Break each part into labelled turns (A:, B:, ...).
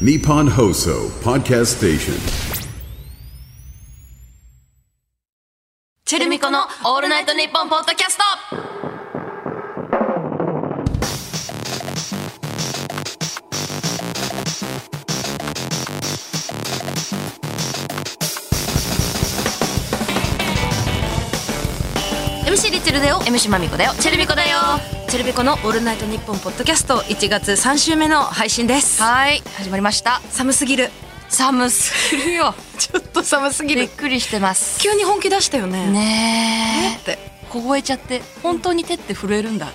A: Nippon Hoso Podcast Station.
B: チェルミコのオールナイトニッポンポッドキャストリチェルだよ MC まみこだよチェルミコだよ
C: チェルビコのオールナイトニッポンポッドキャスト1月3週目の配信です。
B: はい始まりました
C: 寒すぎる。
B: 寒すぎるよ
C: ちょっと寒すぎ
B: びっ
C: る。
B: くりしてます
C: 急に本気出したよね。
B: ね
C: って。
B: え凍えちゃって本当に手って震えるんだ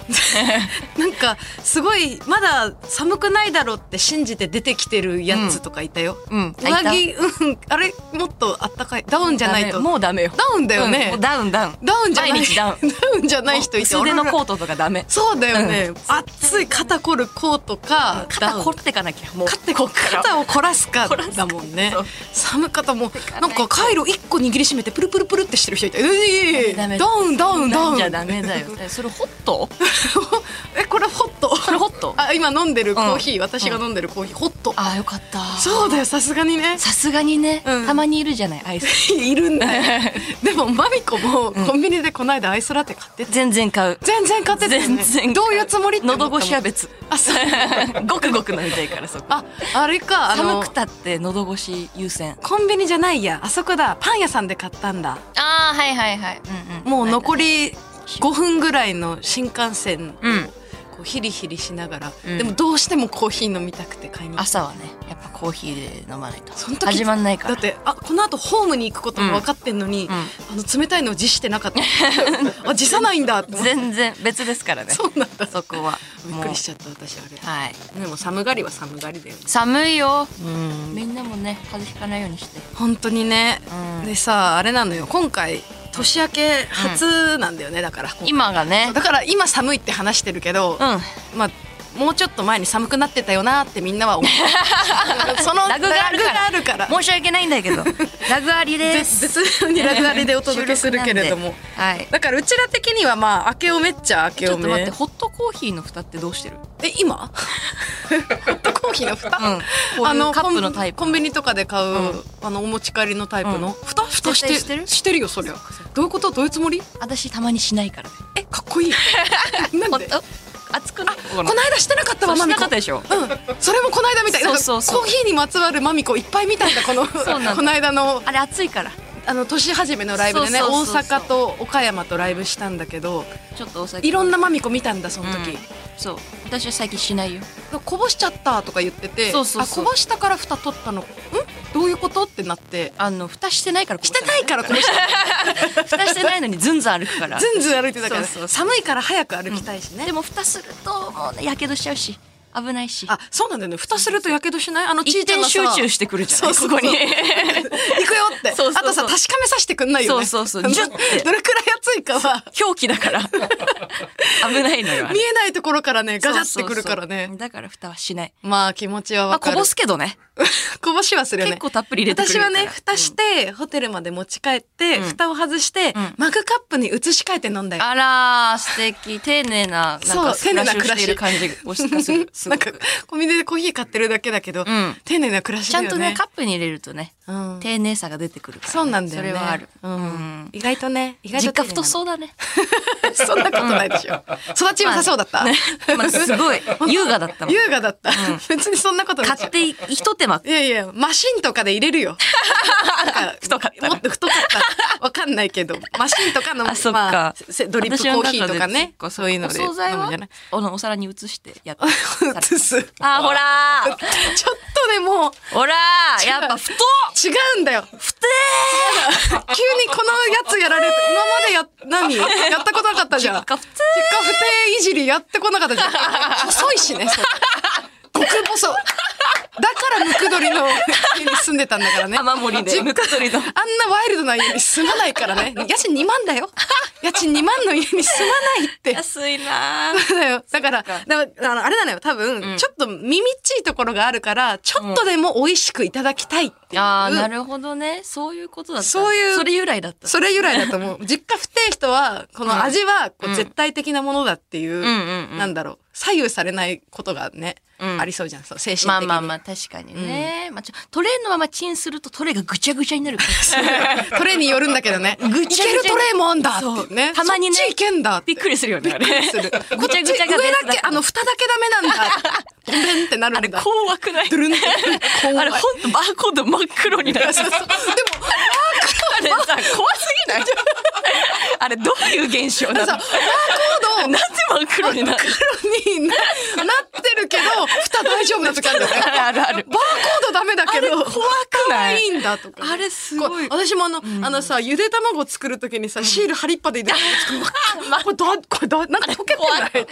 C: なんかすごいまだ寒くないだろうって信じて出てきてるやつとかいたよ。
B: うん
C: 上着うんあれもっとあったかいダウンじゃないと
B: もうダメよ
C: ダウンだよね。
B: うんもうダウンダウン
C: ダウンじゃない
B: 毎日ダウン
C: ダウンじゃない人いて
B: もう薄手の
C: あらら
B: コートとかダメ
C: そうだよね。暑い肩凝るコートかダ
B: 肩
C: ウン
B: 凝ってかなきゃもう
C: 肩こ肩を凝らすかだもんね
B: そう
C: 寒かったもうなんかカイロ一個握りしめてプルプルプルってしてる人いたええ
B: ダメ
C: ダウンダウンダウン
B: じゃダメ だよえそれホット
C: えこれホット
B: それホット
C: あ今飲んでるコーヒー、私が飲んでるコーヒーホット
B: あーよかった
C: そうだよさすがにね
B: さすがにね、
C: うん
B: たまにいるじゃないアイス
C: いるんだ よでもマミコもコンビニでこの間アイスラテ買ってて、
B: 全然買う
C: 全然買ってたよね
B: 全然
C: どういうつもりって思ったもん
B: 喉越しは別
C: あそう
B: ごくごく飲みたいからそこ
C: ああれかあの
B: 寒くたって喉越し優先
C: コンビニじゃないやあそこだパン屋さんで買ったんだ
B: ああはいはいはい、うんうん、
C: もう残り5分ぐらいの新幹線
B: うん
C: こうヒリヒリしながら、
B: うん
C: でもどうしてもコーヒー飲みたくて買いに行った
B: 朝はねやっぱコーヒーで飲まないと
C: その時
B: 始まんないから
C: だってあこの後ホームに行くことも分かってんのに、
B: ん
C: あの冷たいのを辞してなかった あ辞さないんだって思って
B: 全然別ですからね
C: そうなんだ
B: そこは
C: びっくりし
B: ち
C: ちゃった私あれ
B: はい
C: でも寒がりは寒がりだよね
B: 寒いよ
C: うん
B: みんなもね風邪ひかないようにして
C: 本当にね、
B: うん
C: でさあれなのよ今回年明け初なんだよね、だから
B: 今がね
C: だから今寒いって話してるけど、
B: うん
C: まあもうちょっと前に寒くなってたよなってみんなは思 うその
B: ラグがあるから
C: ラグがあるから
B: 申し訳ないんだ けどラグあり
C: ぜ
B: です
C: 絶妙にラグありでお届けするけれども
B: 収録なんではい
C: だからうちら的にはまあ明けおめっちゃ明け
B: ちょ
C: お
B: っと待
C: め
B: ってホットコーヒーの蓋ってどうしてる
C: え今ホット コーヒーの蓋、
B: うんこういうカップのタイプ
C: コンコンビニとかで買う、
B: うん
C: あのお持ち帰りのタイプの、
B: うん
C: 蓋蓋して
B: 絶対してる
C: してるよそりゃどういうことどういうつもり
B: 私たまにしないからね
C: えかっこ いいなんで
B: お熱くないこ
C: この間してなかった
B: そ
C: わ
B: うし
C: マミ
B: な
C: コ
B: かったでしょ
C: うん、それもこの間みたいな
B: そうそうそう
C: コーヒーにまつわるマミコいっぱい見たんだこの
B: そうなんだ
C: この間の
B: あれ熱いから
C: あの年始めのライブでね
B: そうそうそうそう
C: 大阪と岡山とライブしたんだけど
B: ちょっとお酒
C: いろんなマミコ見たんだその時、
B: そう私は最近しないよ
C: こぼしちゃったとか言ってて
B: そうそうそう
C: あこぼしたから蓋取ったのんどういうことってなって
B: あの蓋してないから
C: してないからこぼし た
B: 蓋してないのにずんずん歩くから
C: ずんずん歩いてたから
B: そうそうそ
C: 寒いから早く歩きたいしね、
B: でも蓋するともうねやけどしちゃうし危ないし
C: あそうなんだよね蓋するとやけどしないあのち
B: 一
C: いちゃ
B: 点
C: んがさ
B: 集中してくるじゃない
C: そう
B: こ
C: そうそ
B: こに
C: う行くよって
B: そうそうそう
C: あとさ確かめさせてくんないよね
B: そうそうそう
C: あの
B: ジュッて
C: どれくらい熱いかは
B: 表記だ から危ないのよあれ
C: 見えないところからねガジャってくるからね
B: そうそうそうだから蓋はしない
C: まあ気持ちは
B: ま
C: わ
B: あこ
C: かる、
B: ぼすけどね
C: こぼしはするよね
B: 結構たっぷり入れてくれるから
C: 私はね蓋して、ホテルまで持ち帰って、
B: うん
C: 蓋を外して、
B: うん
C: マグカップに移し替えて飲んだよ
B: あらー素敵丁寧ななんか
C: そう丁
B: 暮
C: 寧
B: ら
C: な
B: しをしている感じを するす
C: な
B: ご
C: んか
B: く
C: コンビニでコーヒー買ってるだけだけど、
B: ん
C: 丁寧な暮らし
B: ち
C: だ
B: ゃ
C: よ
B: んと
C: ね
B: ねカップに入れるとね
C: うん
B: 丁寧さが出てくるから
C: そうなんだよね
B: それはある
C: うん
B: うん
C: 意外とね意外と
B: 実家太そううだね
C: そんなことないでしょ育ち良さそうだった、
B: まあすごい優雅だったもん
C: 優雅だった、別にそんなことない
B: 買って一手間
C: いやいや、マシンとかで入れるよ。なんか
B: 太かったら
C: もっと太かった。わかんないけど、マシンとかの、
B: あそっか
C: まあ、せドリップコーヒーとかね、
B: 私の中で
C: そういうの
B: お
C: で。
B: 惣菜
C: 飲むん
B: は
C: じゃない
B: おのお皿に移してや って
C: 移す。ちょっ
B: あーほらー
C: とでもう、
B: ほらーやっぱ太っ
C: 違う んだよ。
B: 太
C: 急にこのやつやられて、今までや、何やったことなかったじゃん。
B: 実家普通
C: 実家不定いじりやってこなかったじゃん。細いしね、そう極細。だからムクドリの家に住んでたんだからね。
B: 雨漏り で
C: 実
B: ムクドリの
C: あんなワイルドな家に住まないからね。家賃2万だよ。 家賃2万の家に住まない って。
B: 安いなー
C: だよだから
B: そっか
C: だからあのあれなのよ多分、ちょっとみみっちいところがあるからちょっとでも美味しくいただきたいってい う、
B: あーなるほどねそういうことだった
C: そういう
B: それ由来だった
C: それ由来だ と思う実家不定人はこの味はこう絶対的なものだっていう、
B: んうんうん
C: なんだろう左右されないことがね、
B: ん
C: ありそうじゃんそう精神的に、
B: まあまあまあ、確かにね。まあ、ちょトレーのままチンするとトレーがぐちゃぐちゃになるから。
C: トレーによるんだけど ね。
B: ぐちゃぐちゃ
C: いけるトレーもあんだってね。
B: たまにね
C: そっちいけんだって。
B: びっくりするよね、あれ。
C: する。こっ ち
B: ぐちゃぐちゃが
C: 上
B: 別
C: だけ、あの、蓋だけダメなんだ。ボンベンってなるんだ。
B: 怖くない
C: ドゥルンって。怖
B: あ
C: い
B: れ、ほんとバーコード真っ黒になる。あれ
C: そ
B: さ
C: うそうでも、
B: 怖すぎない あれ、どういう現象なの
C: さ、バーコー
B: な
C: ド
B: んで真っ黒になる
C: 黒にななってるけど、蓋大丈夫な時あるんだよね。
B: あるある
C: バー。コードダメだけど、
B: あれ怖くない
C: 可愛いんだとか。
B: あれすごい
C: こう私もあの、あのさ、ゆで卵作るときにさ、シール貼りっぱ で入れてたこれだ、これだ、なんか溶けて
B: 怖
C: ない
B: い。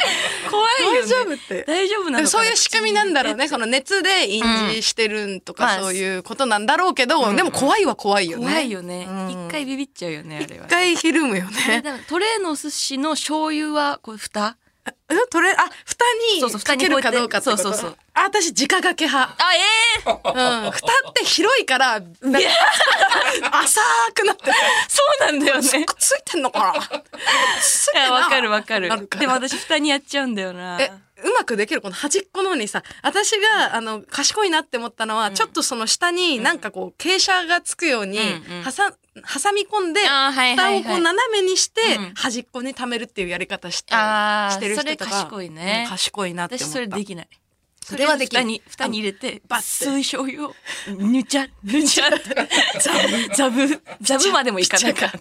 B: 怖いよね
C: 大丈夫って
B: 大丈夫なのかな
C: そういう仕組みなんだろうね。その熱で印字してるんと
B: う
C: か、
B: ん
C: そういうことなんだろうけど、でも怖いは怖いよね。
B: 怖いよね。一回ビビっちゃうよね、あれは
C: 一。回ひるむよね。
B: でもトレーのお寿司の醤油は、これ蓋
C: え取れ、あ、蓋
B: そう
C: に
B: そう
C: かけるかどうかってこと
B: そうそうそう。
C: あ、私、直掛け派。
B: あ、ええ
C: うん。蓋って広いから、なんか 浅くなってる、
B: そうなんだよね。
C: くっついてんのかなつい
B: い
C: てん
B: や、
C: な
B: わかるわかる
C: なる。から
B: でも私、蓋にやっちゃうんだよな。
C: え、うまくできるこの端っこの方にさ、私が、あの、賢いなって思ったのは、ちょっとその下になんかこう、傾斜がつくように、
B: うんうん
C: はさ、挟み込んで、
B: あーはいは
C: 蓋
B: いは
C: を
B: い
C: こう斜めにして
B: うん、
C: 端っこに溜めるっていうやり方して、
B: あー
C: してる人とか。
B: それ賢いね
C: うん賢いなって思
B: 私、
C: った。
B: それできない。そ
C: れはできない
B: 蓋に、蓋に入れて、
C: バ
B: バ
C: ッて
B: ッい醤油を、ぬちゃ、ぬちゃって、ザブ、ザブ、ザブまでもいかないから。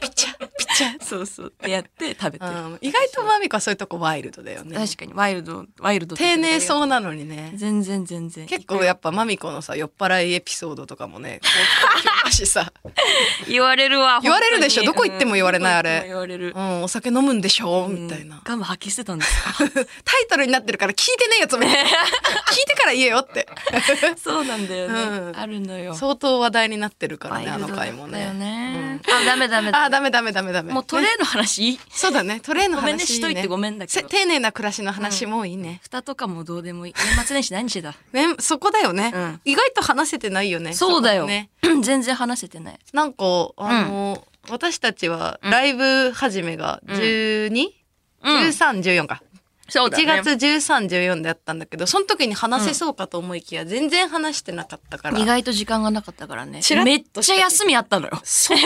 C: ピチャ、ピチャ。
B: そうそう。でやって食べてる。
C: うん意外とマミコはそういうとこワイルドだよね。
B: 確かに、ワイルド、ワイルドって
C: 丁
B: 言葉が。
C: 寧そうなのにね。
B: 全然全然。
C: 結構やっぱマミコのさ、酔っ払いエピソードとかもね、こう聞く しさ、
B: 言われるわ。
C: 言われるでしょ
B: 本当に
C: どこ行っても言われない
B: うん
C: あれ
B: どこ行っても言われる
C: う。ん、お酒飲むんでしょみたいな。
B: ガム吐き捨てたんですか
C: タイトルになってるから聞いてねえやつもいる聞いてから言えよって。
B: そうなんだよね。
C: うん
B: あるのよ。
C: 相当話題になってるからね、
B: ワ
C: あ
B: イル
C: の
B: ドだった
C: 回
B: よ
C: もね。
B: ね。あ、ダメダメ
C: あー、
B: ダ
C: ダメダメダメダメ。
B: メ。もうトレ
C: ね
B: ーの話いい。
C: そうだね、トレーの話
B: ごめんねしといてごめんだけど
C: せ丁寧な暮らしの話もういいね。
B: 蓋とかもどうでもいい。年末年始何してた
C: ね、そこだよね、
B: うん
C: 意外と話せてないよね。
B: そうだ
C: こ
B: よ
C: ね。。
B: 全然話せてない。
C: なんか、あの、私たちはライブ始めが 12?13、13 14か。
B: そ
C: 1月13、14であったんだけど、その時に話せそうかと思いきや、全然話してなかったから。
B: 意外と時間がなかったからね
C: チラ。
B: めっ
C: ッとし
B: ち
C: か
B: ゃ休みあったのよ。
C: そう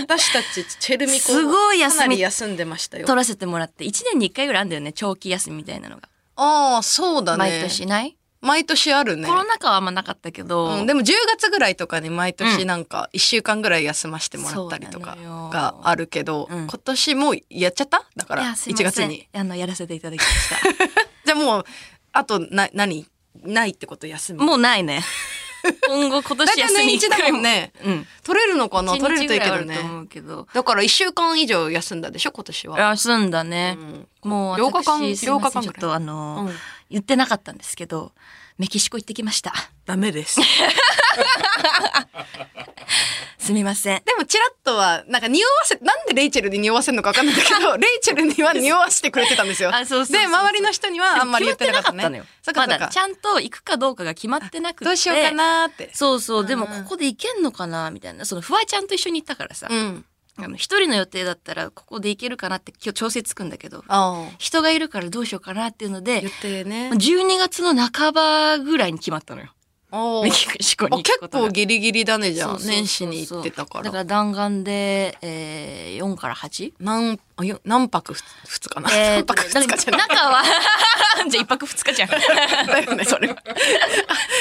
C: 私たちチェルミコ
B: すごい休み
C: かなり休んでましたよ
B: 取らせてもらって。1年に1回ぐらいあんだよね。長期休みみたいなのが。
C: ああそうだね
B: 毎年ない
C: 毎年あるね
B: コロナ禍はあんまなかったけど。
C: うん、でも10月ぐらいとかに毎年なんか1週間ぐらい休ませてもらったりとか
B: そうなのよ
C: があるけど、
B: うん
C: 今年もうやっちゃっただから
B: いやすいま
C: 1
B: せん
C: 月に
B: あのやらせていただきまし
C: じゃあもうあとな何ないってこと休み
B: たもうないね今後今年
C: 大体
B: 休み
C: 年一だも んね
B: うん
C: 取れるのかな
B: 1
C: 取れ
B: 日
C: るとい
B: ぐ
C: い
B: らいあ
C: けど
B: る
C: ね
B: と思うけど
C: だから1週間以上休んだでしょ今年は
B: 休んだね、もう
C: 8日間
B: 私すいません
C: 8
B: ち
C: 日間ぐら
B: ょ
C: い
B: っとあの、
C: うん
B: 言ってなかったんですけどメキシコ行ってきました
C: ダメです
B: すみません
C: でもチラッとはなんか匂わせなんでレイチェルに匂わせるのか分かんないんだけ どレイチェルには匂わせてくれてたんですよ
B: あそうそうそう
C: で周りの人にはあんまり言ってなかった
B: 決
C: ね
B: まてのよ
C: そっかそっ
B: ま
C: か
B: だちゃんと行くかどうかが決まってなくて
C: どうしようかなーって
B: そうそうでもここで行けんのかなみたいなそのフワちゃんと一緒に行ったからさ、
C: うん
B: あの一人の予定だったらここで行けるかなって今日調整つくんだけど
C: ああ
B: 人がいるからどうしようかなっていうので
C: 予、定ね
B: 12月の半ばぐらいに決まったのよ。
C: おー
B: メキシコ
C: あ
B: に行く
C: 結
B: ことが。
C: 構ギリギリだねじゃ
B: そ
C: あ
B: うそうそうそう
C: 年始に行ってたか
B: だからら弾丸で、えー、4から 8?
C: 何あよ何泊ふ二日かな、
B: えー
C: 何泊二日じゃない
B: 中は、 じゃあ1泊2日じゃん。
C: だよねそれは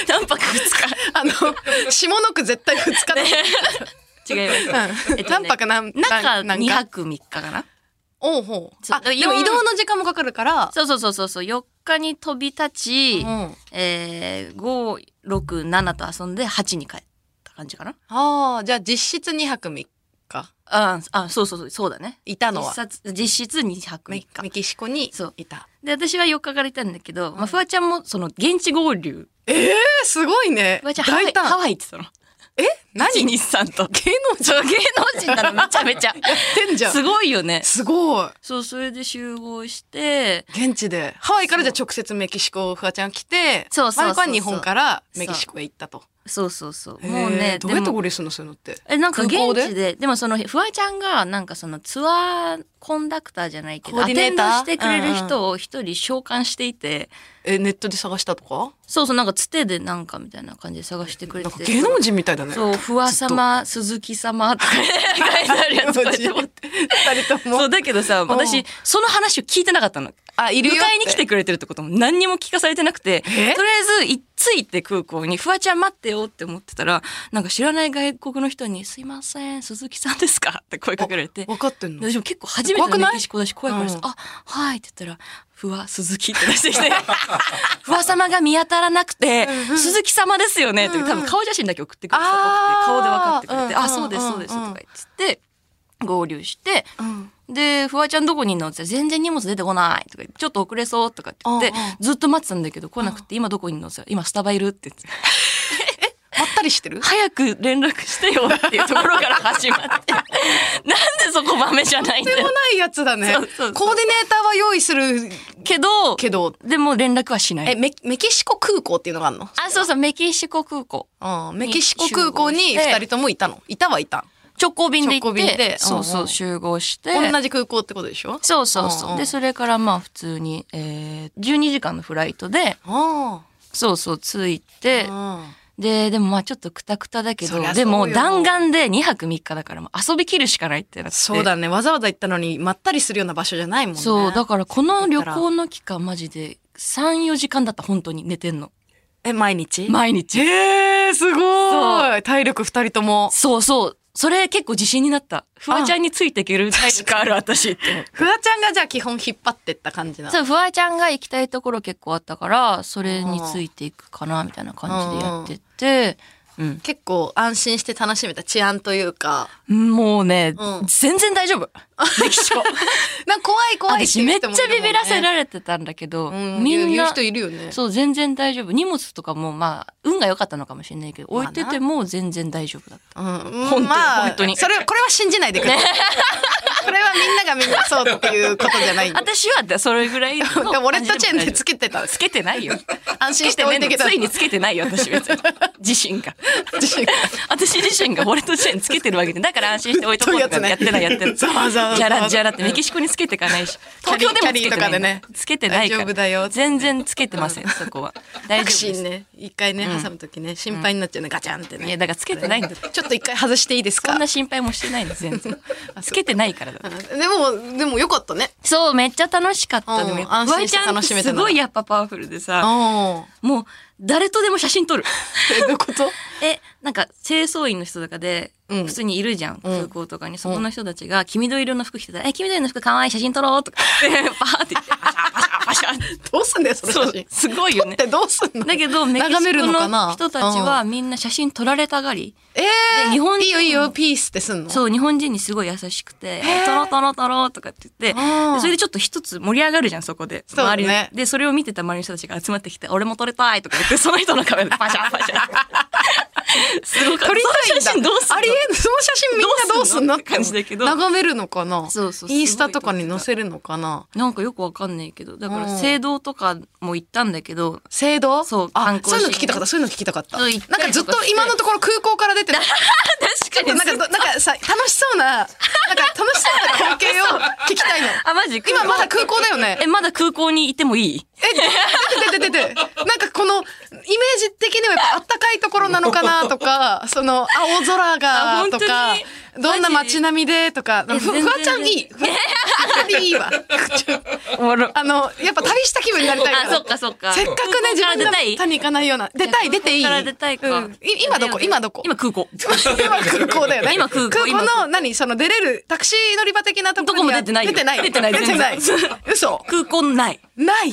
B: 何泊2
C: あの下の区絶対二日だ、
B: 日違います。
C: うん
B: えっとね
C: 何泊何
B: 中2
C: 何
B: 泊3日かな
C: おうほう
B: そう
C: あでも移動の時間もかかるから
B: そうそうそうそうそう。4日に飛び立ち、
C: うん
B: えー、5、6、7と遊んで8に帰った感じかな。
C: ああ、じゃあ実質2泊3日
B: あ、あそうそうそう、そうだね。
C: いたのは
B: 実質実質2泊3
C: メ
B: 日。
C: メキシコに
B: そう
C: いた。
B: で、私は4日からいたんだけど、まあ、フワちゃんもその現地合流。
C: ええすごいね
B: フワちゃんハワイ、ハ
C: 胆
B: ワイ行ってたの。
C: え何
B: 何日さんと。芸能人。芸能人なの、めちゃめち ゃ。
C: てんじゃん。
B: すごいよね。
C: すごい。
B: そう、それで集合して、
C: 現地で。ハワイからじゃあ直接メキシコ、フワちゃん来て、
B: そうそうそうそう
C: マルコは日本からメキシコへ行ったと。
B: そうそうそう。もうね、
C: へーどうやって
B: でも
C: 合流するのそういうのって。
B: え、なんか現
C: 空港で
B: 地で、でもその、フワちゃんが、なんかそのツアーコンダクターじゃないけど、
C: コー
B: ア
C: ディネ
B: テンド
C: ーター
B: してくれる人を一人召喚していて、
C: え、ネットで探したとか
B: そうそう、なんかつてでなんかみたいな感じで探してくれ
C: な
B: て
C: んか。芸能人みたいだね。
B: そう、フワ様、鈴木様とか書いてあるやつこうやっ て持って
C: 二人と
B: そ
C: も
B: う、。だけどさ、私、その話を聞いてなかったの。
C: あ、い
B: 迎
C: るよ。
B: えに来て。くれてるってことも何にも聞かされてなくて、とりあえずい、着いて空港に、フワちゃん待ってよって思ってたら、なんか知らない外国の人に、すいません、鈴木さんですかって声かけられて、
C: 分かっ てんの
B: 私も結構初めて
C: 怖く
B: の
C: ない
B: メキシコだし怖いからさ、
C: うん
B: あ、はいって言ったら、フワ、鈴木って出してきて、 フワ様が見当たらなくて、鈴木様ですよねって、多分顔写真だけ送ってくれたっぽくて、
C: あー
B: 顔で分かってくれて、
C: うん
B: あ、そうです、そうです、
C: うん
B: とか言って、合流して、
C: うん
B: で、フワちゃんどこにいんのって言ったら、全然荷物出てこないとか言って、ちょっと遅れそうとかって言って
C: うんうん、
B: ずっと待ってたんだけど、来なくて、今どこにいんのって言ったら今スタバいるって言って、
C: まった りしてる
B: 早く連絡してよっていうところから始ま って、なんでそこ豆じゃないんだ
C: とんでも
B: よ。
C: ないやつだね。
B: そ
C: コ
B: う
C: ー
B: そ
C: デ
B: う
C: ィ
B: そ
C: ネ
B: う
C: ーターは用意する
B: けど、
C: けど、
B: でも連絡はしない。
C: え、メメキシコ空港っていうのがあるの
B: あ、そうそう、メキシコ空港。
C: うん、メキシコ空港に二人ともいたのいたはいた。
B: 直行便で行
C: 直行
B: って、
C: 便で
B: そう
C: うん
B: そうう、
C: ん
B: 集合して。
C: 同じ空港ってことでしょ
B: そうそうそう。
C: うんうん
B: で、それからまあ普通に、えー、12時間のフライトで、
C: あ
B: そうそう、着いて、
C: あ。
B: で、でもまあちょっとクタクタだけ
C: そ
B: ど
C: り、ゃそう
B: で
C: よ
B: も弾丸で2泊3日だからもう遊びきるしかないってなって。
C: そうだね。わざわざ行ったのに、まったりするような場所じゃないもんね。
B: そう、だからこの旅
C: だから
B: 行の期間マジで3、4時間だった、本当に寝てんの。
C: え、毎日
B: 毎日。
C: えー、す
B: そ
C: ごい体力二人とも。
B: そうそう。それ結構自信になった。フワちゃんについていける体力ある私って思って。
C: フワちゃんがじゃあ基本引っ張ってった感じなの
B: そう、フワちゃんが行きたいところ結構あったから、それについていくかな、みたいな感じでやってて、うん。
C: 結構安心して楽しめた治安というか、
B: もうね、
C: うん
B: 全然大丈 夫。メキシコ。
C: なんか怖い怖いって
B: 私
C: い
B: め
C: う
B: っち
C: 人
B: ゃ
C: もいるもんね
B: ビビらせられてたんだけど、
C: うん、
B: み
C: みん
B: ん
C: 言う
B: な
C: 人、いるよね。
B: そう、全然大丈夫。荷物とかも、まあ、運が良かったのかもしれないけど、
C: まあ
B: 置い
C: な
B: てても全然大丈夫だった。
C: うん、本
B: 当に本当に
C: それこれは信じないでください。 これはみんながみんなそうっていうことじゃないん で。
B: 私は、それぐらいの
C: でもウォレットチェーンでつ
B: つ
C: けてたんです
B: つけて ないよ。
C: 安心して
B: つ
C: 置
B: け
C: いて
B: ねえ
C: け
B: の
C: た
B: ついにつけてないよ、私 別に。自身が。私自身が俺とチェーンつけてるわけで、だから安心して置いとこうとかやってないやってない。
C: ざわざわ
B: じゃらじゃらってメキシコにつけてかないし、
C: キャ
B: 東京でもつけて
C: リーキャリーと
B: な
C: か
B: い
C: で
B: ね
C: ね。
B: つけてないから。
C: 大丈夫だよ
B: 全然つけてません、そこは。大丈夫
C: タク
B: です。
C: シーね一回ね挟むときね心配になっちゃうねガチャンって
B: いや、
C: ね
B: だからつけてないんだって。
C: ちょっと一回外していいです
B: そ
C: か
B: んな心配もしてないの、全然。つけてないからだ。
C: でもでもよかったね
B: そう、めっちゃ楽しかった。
C: うん
B: でもやっぱ、
C: 安
B: フワ
C: 心し
B: ち
C: て
B: ゃんっ
C: 楽
B: て
C: しめ
B: す
C: たな
B: ごいやっぱパワフルでさ、
C: あ
B: もう、誰とでも写真撮る。
C: えどういうこと
B: えなんか清掃員の人とかで
C: うん
B: 普通にいるじゃん、空港とかにそこの人たちが黄緑色の服着てたら「え黄緑の服かわいい写真撮ろう」とか言ってパーって言ってパシャパシャパシャ って
C: どうすんだよその写
B: そう
C: 真
B: すごいよね
C: ってどうすんの
B: だけどメキ
C: 眺め
B: シ
C: る
B: コ
C: のか
B: の
C: な
B: 人たちはみんな写真撮られたがり
C: え
B: で
C: え
B: 日本人
C: いいよいいよピースってすんの
B: そう日本人にすごい優しくて「撮ろう撮ろう撮ろう」とかって言って
C: うん
B: でそれでちょっと一つ盛り上がるじゃんそこで
C: そうね
B: 周りのでそれを見てた周りの人たちが集まってきて「俺も撮れたい」とか言ってその人のカメラでパシャパシャ すごかった
C: 撮り
B: そ
C: た
B: の
C: いん
B: 写
C: だ
B: 真どうすんの
C: ありえんその写真みんなどうすんのって
B: どうすんのって感じだけど
C: 眺めるのかな
B: そうそう
C: インスタとかに載せるのかな
B: なんかよくわかんないけど、だから
C: うん
B: 聖堂とかも行ったんだけど、
C: 制度
B: そう観
C: あ
B: 光
C: そういうの
B: 地
C: 聞きたかったそういうの聞きたかった
B: そ
C: な
B: うん行ったり
C: かずっ
B: とか
C: と
B: して
C: 今のところ空港から出てる
B: 確
C: なんかどなんかさ楽しそうななんか楽しそうな光景を聞きたいの
B: あ、マジ
C: 今まだ空港だよね
B: え、まだ空港にいてもいい
C: え、出て出て出て。なんかこの、イメージ的にはやっぱあったかいところなのかなと か、その、青空
B: あ
C: が
B: 本当
C: と
B: に
C: か、どんな街並みでとか、
B: ジ
C: ふ、
B: え
C: ふわちゃんいい。ふわちゃんいいわ。
B: 終わる。
C: あの、やっぱ旅した気分になりたいら
B: あそっかそっか
C: せっかくね、
B: 空
C: 自
B: 港から
C: 分
B: 出
C: の
B: たい
C: 他に行かないような。出たい、出ていい。
B: 空港から出たいか。
C: うんい今どこ今どこ
B: 今空港。
C: 今空港だよね。
B: 今空港今空
C: の、何その出れる、タクシー乗り場的なところには
B: どこも出てないよ
C: 出てない。
B: 出てない
C: 出てない
B: 全。
C: 嘘。
B: 空港ない。
C: ない。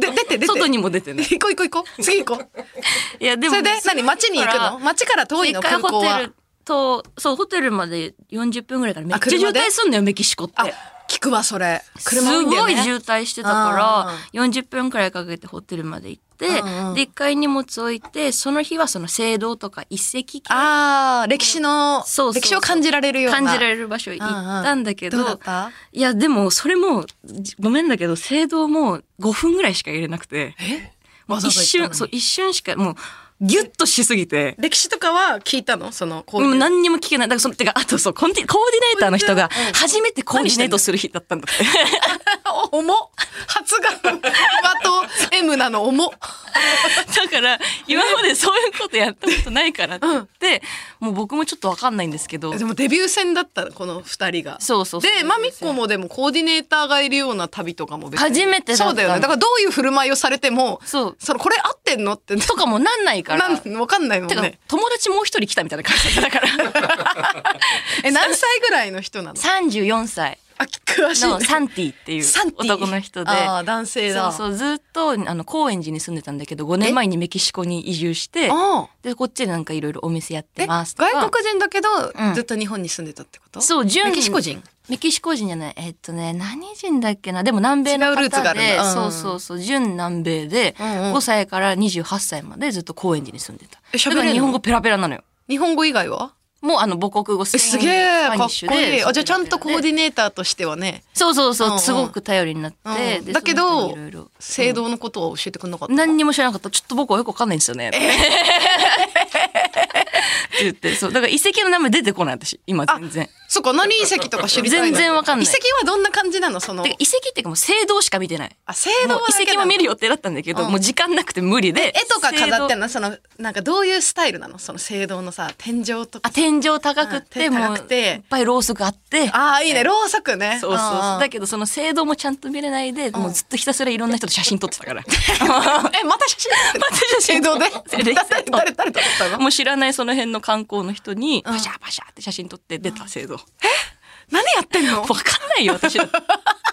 C: で出て出て。
B: 外にも出てない
C: 行こう行こう行こう。次行こう。
B: いや、で
C: それで何町に行く
B: だから
C: の町から遠い
B: 一
C: の
B: 回
C: 空
B: ホ
C: 港
B: テ
C: は
B: ルと、そう、ホテルまで40分ぐらいからめっ
C: あ
B: ちゃ渋
C: 車で
B: 滞すんのよ、メキシコって
C: あ。聞くわそれ
B: す
C: 車多いんだよ
B: ごい
C: ね
B: 渋滞してたから、40分くらいかけてホテルまで行って、
C: うんうん
B: で、一回荷物置いて、その日はその聖堂とか一石
C: あー歴史の
B: そうそうそう
C: 歴史を感じられるような
B: 感じら
C: る
B: れる場所行ったんだけど、
C: どうだった
B: いや、でも、それも、じごめんだけど、聖堂も5分ぐらいしか入れなくて、
C: え
B: もう
C: わざ
B: 一瞬、
C: わざ行ったのに
B: そう、一瞬しか、もう、ギュッとしすぎて。
C: 歴史とかは聞いたのその、こう
B: もう
C: いう。
B: 何にも聞けない。だからその、てか、あとそう、コンティコーディネーターの人が
C: うん、
B: 初めてコーディネートする日だったんだって。
C: お重っ発が、和と M なの重っ
B: だから、今までそういうことやったことないからって言って、もう僕もちょっとわかんないんですけど。
C: でもデビュー戦だったのこの二人が。
B: そうそうそう
C: で、マミッコもでもコーディネーターがいるような旅とかも別に
B: 初めてだった
C: そうだよね。だからどういう振る舞いをされても、
B: そう
C: そのこれ合ってんのって、
B: とかもなんないから。
C: なんわかんないもん
B: てか
C: ね。、
B: 友達もう一人来たみたいな感じだったから。
C: え、何歳ぐらいの人なの
B: 34歳
C: あ、詳しい、
B: の
C: ね。
B: サンティっていう
C: サンティ
B: 男の人で。
C: ああ、男性
B: そ
C: だ。
B: うそう、ずっと、あの、高円寺に住んでたんだけど、5年前にメキシコに移住して、
C: ああ
B: で、こっちでなんかいろいろお店やって
C: え
B: ます
C: 外
B: とか。
C: 国人だけど、
B: うん
C: ずっと日本に住んでたってこと
B: そう、10人
C: メキシコ人
B: メキシコ人じゃない。えっとね、何人だっけな。でも南米の方で。
C: 違うルーツがあるんだうん
B: そうそうそう。純南米で、
C: うんうん
B: 5歳から28歳までずっと高円寺に住んでた。
C: え喋れ
B: だ
C: んの
B: から日本語ペラペラなのよ。
C: 日本語以外は
B: もうあの母国語スペ
C: え
B: イン
C: すげえ
B: スパニ
C: か
B: ッ
C: っ
B: シュ
C: こいい
B: で
C: あじゃあちゃんとコー
B: ィ
C: ディネーターとしてはね、
B: そうそうそう、
C: うんうん
B: すごく頼りになって、
C: うん
B: で
C: だけ
B: その後
C: ど
B: にいろいろ
C: 制度のことは教えてくれなかった、
B: 何にも知らなかった。ちょっと僕はよくわかんないんですよね。って言って、そう。だから遺跡の名前出てこない私、今全然。
C: そっか何遺跡とか知りたいの
B: 全然わかんない
C: 遺跡はどんな感じなのその
B: てか遺跡っていうかもう聖堂しか見てない。
C: あ制
B: も
C: 度
B: う
C: はだけ
B: 遺跡も
C: なの
B: 見る予定だったんだけど、
C: うん
B: もう時間なくて無理で。
C: 絵とか飾って
B: 聖堂
C: んのそのなんかどういうスタイルなのその聖堂のさ天井とか
B: あ、天井高くって、
C: うん
B: も
C: 高
B: う、い
C: くて
B: っぱいろうそくあって。
C: ああいいねろうそくね
B: そうそう
C: あ
B: そ
C: あ
B: う。だけど、その聖堂もちゃんと見れないで、もうずっとひたすらいろんな人と写真撮ってた から。
C: えまた写真撮ってる
B: また写真
C: 聖 堂で
B: 聖堂
C: 誰誰誰と撮ったの
B: もう知らないその辺の観光の人に、パシャパシャって写真撮って出た聖堂。わ
C: 何やってんの
B: かんないよ、私だって。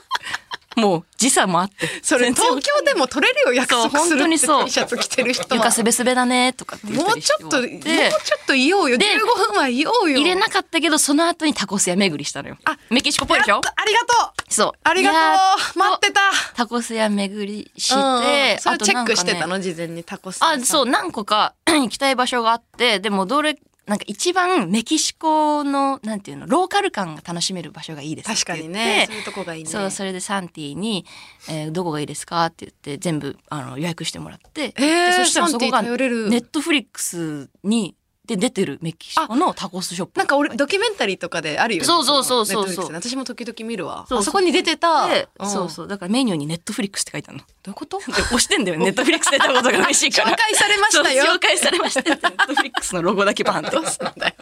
B: もう時差もあって。
C: それ
B: 全然
C: 東京でも撮れるよ約
B: そう
C: 束する
B: 本当に
C: って
B: そう
C: T シャツ着てる人は
B: 床すべすべだねとかって言
C: も
B: た
C: う
B: り
C: ち
B: し
C: ょっと、もう
B: て
C: ちょっといようよ。
B: で
C: 15分はいようよ。
B: 入れなかったけど、その後にタコス屋巡りしたのよ。
C: あ
B: メキシコっぽいでし
C: や
B: ょ
C: ったありがとう
B: そう。
C: ありが
B: や
C: とう待ってた
B: とタコス屋巡りして、
C: うんうんそれ
B: あと
C: チェ
B: な
C: ッ
B: んかね
C: クしてたの事前にタコス。
B: あ、そうう、何個か 行きたい場所があって、でもどれ、なんか一番メキシコの、なんていうの、ローカル感が楽しめる場所がいいですって
C: 確か
B: 言って。
C: にね。そういうとこがいいね。
B: そう、それでサンティに、えーどこがいいですかって言って、全部あの予約してもらって、
C: えー
B: でそしたらそこ
C: サ
B: が
C: ンテ
B: ネ
C: ィ頼れる
B: ットフリックスに、で出てるメキシコのタコスショップ。
C: なんか俺、ドキュメンタリーとかであるよね。
B: そうそうそうそう
C: ネットフリックスで私も時々見るわ。
B: そう
C: あそこに出 てた。
B: で
C: ん
B: そうそう。だからメニューにネットフリックスって書いてあるの。
C: どういうこと
B: で押してん だよ、ネットフリックス出たことが嬉しいから。
C: 紹介されましたよ
B: そう紹介されましたって。ネ ットフリックスのロゴだけバンと。
C: なんだよ。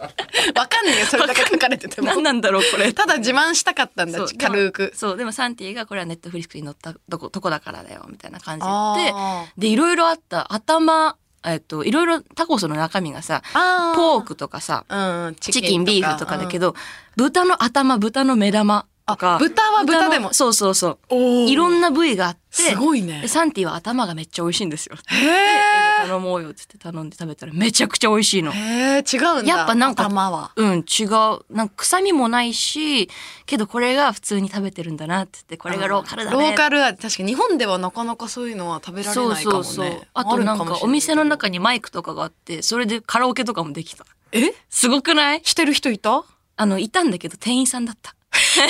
C: わかんねえよ。それだけ書かれてても。
B: 何なんだろう、これ。
C: ただ自慢したかったんだ
B: そう。
C: 軽
B: で
C: く
B: も。そうでもサンティがこれはネットフリックスに載ったとことこだからだよみたいな感じで言
C: あ
B: ってでいろいろあった頭えっといろいろタコスの中身がさ
C: あー
B: ポークとかさ
C: うん。チ
B: チキンビーフとかだけ
C: ど。
B: ど、豚の頭豚の目玉と
C: あ
B: か
C: 豚は豚
B: の
C: でも
B: そうそうそ
C: お
B: う
C: ー
B: いろんな部位があって
C: すごいね
B: でサンティは頭がめっちゃ美味しいんですよ
C: へえ。
B: 頼もうよっつって頼んで食べたらめちゃくちゃ美味しいの
C: へえ違うんだ
B: やっぱなんか
C: 頭は
B: うん、違う。なんか臭みもないし、けどこれが普通に食べてるんだなって言って、これがローカルだね。
C: ローカルは確かに日本ではなかなかそういうのは食べられないかもね
B: あとなん
C: るも
B: か
C: し
B: お
C: れい
B: 店の中にマイクとかがあって、それでカラオケとかもできた。
C: え
B: すごくない
C: してる人いた
B: あの、いたんだけど店員さんだった。
C: 店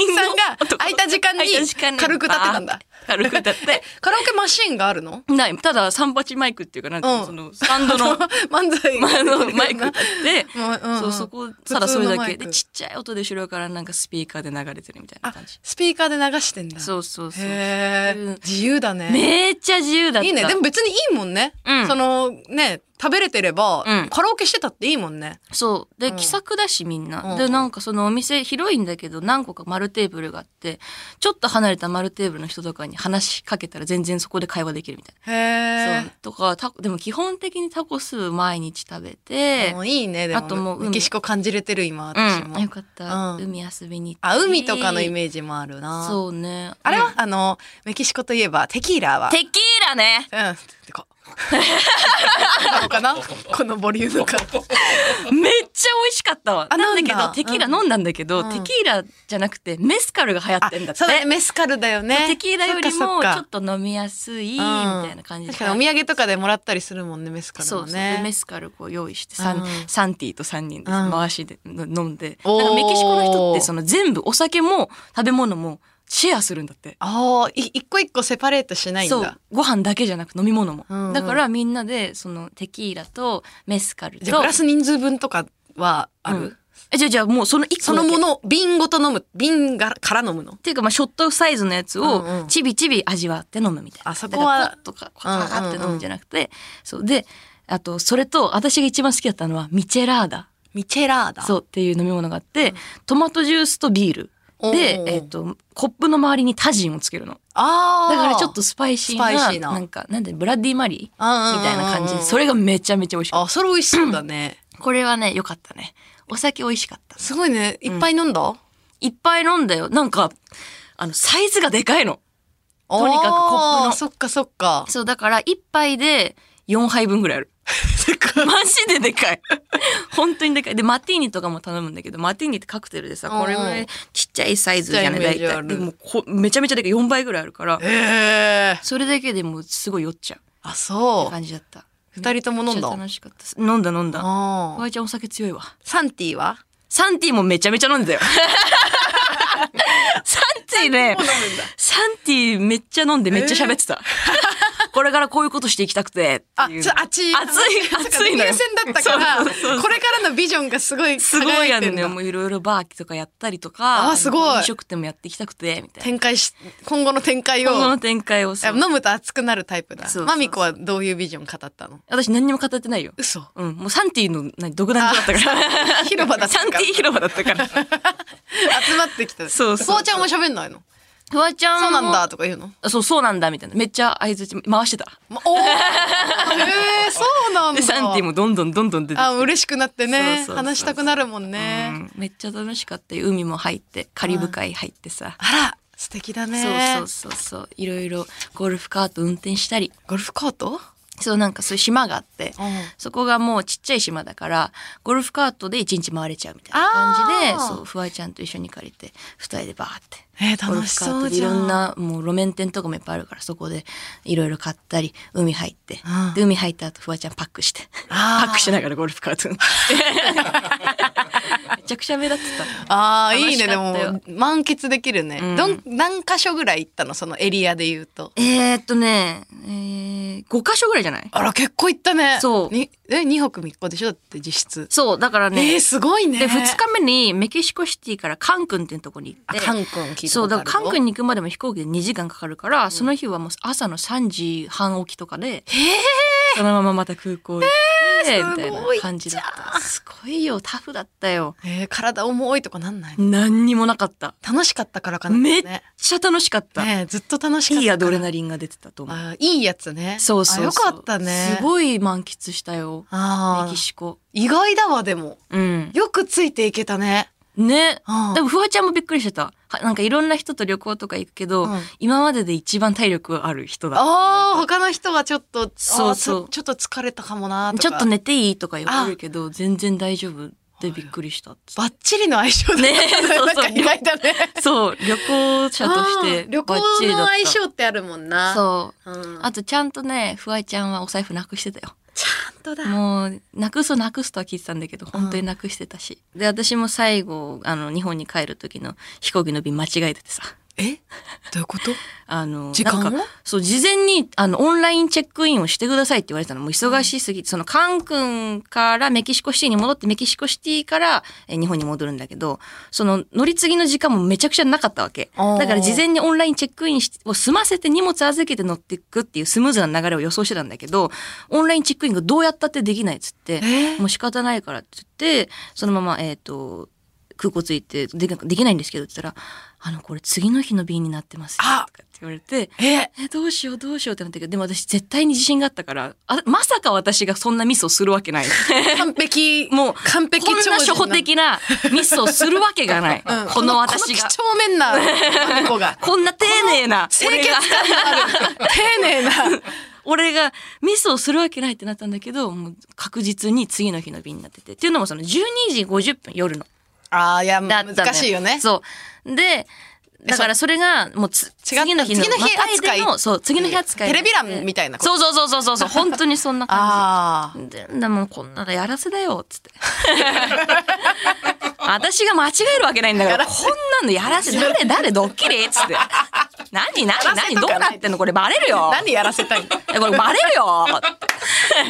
C: 員さん が
B: 男
C: 空いた時間に
B: 空いた時間に
C: 軽く歌ってたんだ
B: バーって軽く歌って。
C: カラオケマシーンがあるの
B: ない、ただ三八マイクっていうか、なんていうの、
C: うん
B: その、スタンド の
C: 漫才
B: まああのマイ クだって、
C: もううんうん
B: そうそこただそれ
C: 普通
B: だ
C: のマ
B: け
C: イク
B: でちっちゃい音で後ろからなんかスピーカーで流れてるみたいな
C: あ
B: 感じ
C: スピーカーで流してんだ
B: そうそうそう
C: へ
B: そういう
C: え自由だね
B: めっちゃ自由だった
C: いいねでも別にいいもんね、
B: うん
C: そのね食べれてれば、
B: うん
C: カラオケしてたっていいもんね
B: そうで
C: うん
B: 気さくだしみんな、
C: うん
B: でなんかそのお店広いんだけど何個か丸テーブルがあってちょっと離れた丸テーブルの人とかに話しかけたら全然そこで会話できるみたい
C: へ
B: な、
C: え
B: そうとかタコでも基本的にタコス毎日食べて
C: もういいねでも
B: あともう海
C: メキシコ感じれてる今私も、
B: うん、よかった、
C: うん
B: 海遊びに行った
C: あ
B: り
C: 海とかのイメージもあるな
B: そうね
C: あれは、
B: うん
C: あのメキシコといえばテキーラは
B: テキーラね
C: うん てかなのかなこのボリューム感
B: めっちゃ美味しかったわ。
C: あ
B: な
C: なんん
B: だ
C: だ
B: けど、テキーラ飲んだんだけど、
C: うん
B: テキーラじゃなくて、メスカルが流行ってんだ
C: あ
B: って。
C: そうだねメスカルだよね
B: テキーラより
C: そ
B: も
C: っ
B: ち
C: か
B: ょ
C: そっ
B: っ
C: か
B: と飲みやすいみ
C: うん
B: たいな感じで。
C: 確かにお土産とかでもらったりするもんねメスカル
B: そう
C: も
B: そうでメ
C: ね
B: スカルこう用意してサン,、
C: うん
B: サンティと3人で
C: うん
B: 回しで飲んで、
C: おー
B: なんかメキシコの人ってその全部お酒も食べ物もシェアするんだって。
C: ああ、い一個一個セパレートしないん
B: そ
C: だ
B: う。ご飯だけじゃなく飲み物も、
C: うんうん
B: だからみんなでそのテキーラとメスカルと
C: じゃあプラス人数分とかはある、
B: うんえじゃあじゃあもうその一個だけ
C: そのもの、瓶ごと飲む。瓶がから飲むの。
B: っていうかまあショットサイズのやつ
C: うんう
B: を
C: ん
B: ちびちび味わって飲むみたいな。
C: あそこは
B: だからポッとかパカって飲むんじゃなくて、そうであとそれと私が一番好きだったのはミチェラーダ
C: ミチェラーダ。
B: そうっていう飲み物があって、トマトジュースとビール
C: おー
B: で、えっとコップの周りにタジンをつけるの
C: ああ。
B: だからちょっとスパイシーな
C: スパイシーな
B: なんかなんでブラッディマリー
C: うんうんうんうん
B: みたいな感じでそれがめちゃめちゃ美味しかっ
C: あ、それ美味しそうだね。
B: たこれはね良かったねお酒美味しかった
C: すごいね。いっぱい飲んだ、
B: いっぱい飲んだよなんかあのサイズがでかいのとにかくコップの
C: あーそっかそっか。
B: そう、だから一杯で4杯分ぐらいある。マジででかい。本当にでかい。で、マティーニとかも頼むんだけど、マティーニってカクテルでさ、これぐら
C: うん
B: いちっちゃいサイズじゃない、
C: ちっちゃい
B: 大
C: イメージあ
B: 体。
C: る
B: でもこ、めちゃめちゃでかい。4倍ぐらいあるから、
C: ええ
B: それだけでもうすごい酔っちゃう
C: あ、そう。
B: 感じだった。
C: 二人とも飲
B: め
C: ん
B: っち
C: だ
B: ゃ楽しかったです。飲んだ飲んだ。
C: あ
B: お
C: ー
B: ばあちゃんお酒強いわ。
C: サンティは
B: サンティーもめちゃめちゃ飲んでたよ。 サンティーね
C: もう、飲むんだ。
B: サンティーめっちゃ飲んでめっちゃ喋って た。これからこういうことしていきたくて
C: あ、
B: っていう。
C: そう熱い。
B: 熱い
C: そっか
B: 熱いのよ
C: デビュー戦だったから、
B: そうそうそうそう
C: これからのビジョンがすごい輝いて
B: す
C: るんだ。
B: ごいやんね。もういろいろバーとかやったりとか。
C: あーすごい
B: 飲食店もやっていきたくて、みたいな。
C: 展開し、今後の展開を。
B: 今後の展開をそう
C: 飲むと熱くなるタイプだ
B: そうそうそう
C: マミコはどういうビジョン語ったの
B: 私何にも語ってないよ。
C: 嘘
B: うん。もうサンティの何独断だったから。
C: 広場だった
B: サン
C: か
B: ティ広場だったから。
C: 集まってき た
B: そうそうそう
C: フォーちゃんは喋んないの
B: フワちゃんも
C: そうなんだ。とか言うの
B: あそう、そうなんだ、みたいな。めっちゃ相づち回してた。
C: ま おーえー、そうなんだ
B: で、サンティもどんどんどんどん出てきて
C: あ嬉しくなってね
B: そうそうそうそう
C: 話したくなるもんね、
B: うんめっちゃ楽しかったよ。海も入って、カリブ海入ってさ。
C: あら素敵だね
B: そうそうそうそう。いろいろゴルフカート運転したり。
C: ゴルフコート
B: そう、なんかそういう島があって。
C: あ
B: そこがもうちっちゃい島だから、ゴルフカートで一日回れちゃうみたいな
C: あ
B: 感
C: ー
B: じで、そう、フワちゃんと一緒に借りて、二人でバーって。
C: えー
B: ゴル
C: 楽し
B: フカ
C: そ
B: ー
C: う
B: トで
C: じ
B: い
C: ゃん
B: ろんな、もう路面店とかもいっぱいあるから、そこでいろいろ買ったり、海入って
C: うん。
B: で、海入った後、フワちゃんパックして。
C: あー
B: パックしながらゴルフカート にめちゃくちゃ目立ってた。
C: あーいいねで
B: 楽しかったよ
C: も満喫できるね、
B: ん
C: どん何箇所ぐらい行ったのそのエリアで言うと
B: えー、っとね、えー、5カ所ぐらいじゃない
C: あら結構行ったね
B: そう
C: にえ2泊3日でしょだって実質
B: そう、だからね。
C: えー、すごいね。
B: で、2日目にメキシコシティからカン君っていうとこに行っ
C: あ、
B: て。
C: カン君聞いた
B: そう
C: ことあ
B: だ
C: る
B: からカン君に行くまでも飛行機で2時間かかるから、その日はもう朝の3時半起きとかでそのまままた空港行って、
C: えー
B: みたいな感じだったすごいよタフだったよ
C: えー、体重いとかなんないの
B: 何にもなかった
C: 楽しかったからかな、
B: めっ
C: ね。
B: ちゃ楽しかった、
C: ねえずっと楽しかった
B: い
C: から。
B: いアドレナリンが出てたと思う
C: あいいやつね。
B: そうそうそう
C: あよかったね。
B: す
C: い。
B: ごい満喫したよ
C: あ
B: メ
C: あ
B: キ、シコ
C: 意外だわ、でも。
B: うん
C: よくついていけたね。
B: ね
C: あー
B: でもフワちゃんもびっくりしてたはなんかいろんな人と旅行とか行くけど、
C: うん
B: 今までで一番体力ある人だ
C: ああ、他の人はちょっと、あー
B: そうそう
C: ちょちょっと疲れたかもなとか。
B: ちょっと。寝ていいとか言われるけど、全然大丈夫でびっくりしたっつって
C: バッチリの相性だったね。
B: ねえそうそう
C: なんか意外だね。
B: そう、旅行者として
C: あー旅
B: バ
C: 行
B: ッチリだ
C: の
B: った
C: 相性ってあるもんな。う。
B: そう。
C: ん、
B: あとちゃんとね、フワイちゃんはお財布なくしてたよ。
C: ちゃんとだ。
B: もう、なくすなくすとは聞いてたんだけど、本当になくしてたし。で、私も最後、あの、日本に帰る時の飛行機の便間違えててさ。
C: えどういうこと
B: あの、
C: 時間を
B: なんかそう、事前に、あの、オンラインチェックインをしてくださいって言われてたの。もう忙しすぎて、その、カン君からメキシコシティに戻って、メキシコシティからえー日本に戻るんだけど、その、乗り継ぎの時間もめちゃくちゃなかったわけ。
C: あー
B: だから事前にオンラインチェックインしを済ませて荷物預けて乗っていくっていうスムーズな流れを予想してたんだけど、オンラインチェックインがどうやったってできないっつって、
C: え
B: もう仕方ないからって言って、そのまま、えっ、と、空港着いてで、できないんですけどって言ったら、あの、これ次の日の便になってますよ
C: あ
B: とかって言われて、
C: え
B: え、どうしようどうしようってなったけど、でも私絶対に自信があったから、あまさか私がそんなミスをするわ けない。
C: 完璧。
B: もう、
C: 完璧
B: こんな
C: 超人
B: 初歩的なミスをするわけがない。
C: うん
B: この私
C: こ
B: が
C: の。几帳面なマミコが。
B: こんな丁寧な、
C: 清
B: 俺
C: 潔
B: が、
C: 感の ある。丁寧な。
B: 俺がミスをするわけないってなったんだけど、もう確実に次の日の便になってて。っていうのもその12時50分夜の。
C: ああ、いや、
B: だったの
C: 難しいよね。
B: そう。で、だからそれが、もうつ、
C: 違った
B: 次の日の、
C: 次の日
B: またいでの
C: 扱い
B: そう、次の日扱い。
C: テレビ欄みたいなこと
B: そうそうそうそうそう、本当にそんな感
C: ああ。
B: じ。で、でもこんなのやらせだよ、つって。 私が間違えるわけないんだから、こんなのやらせ、誰、誰、ドッキリっつって。何、何、何、どうなってんのこれバレるよ。
C: 何やらせ たいの
B: えこれバレるよ。バレ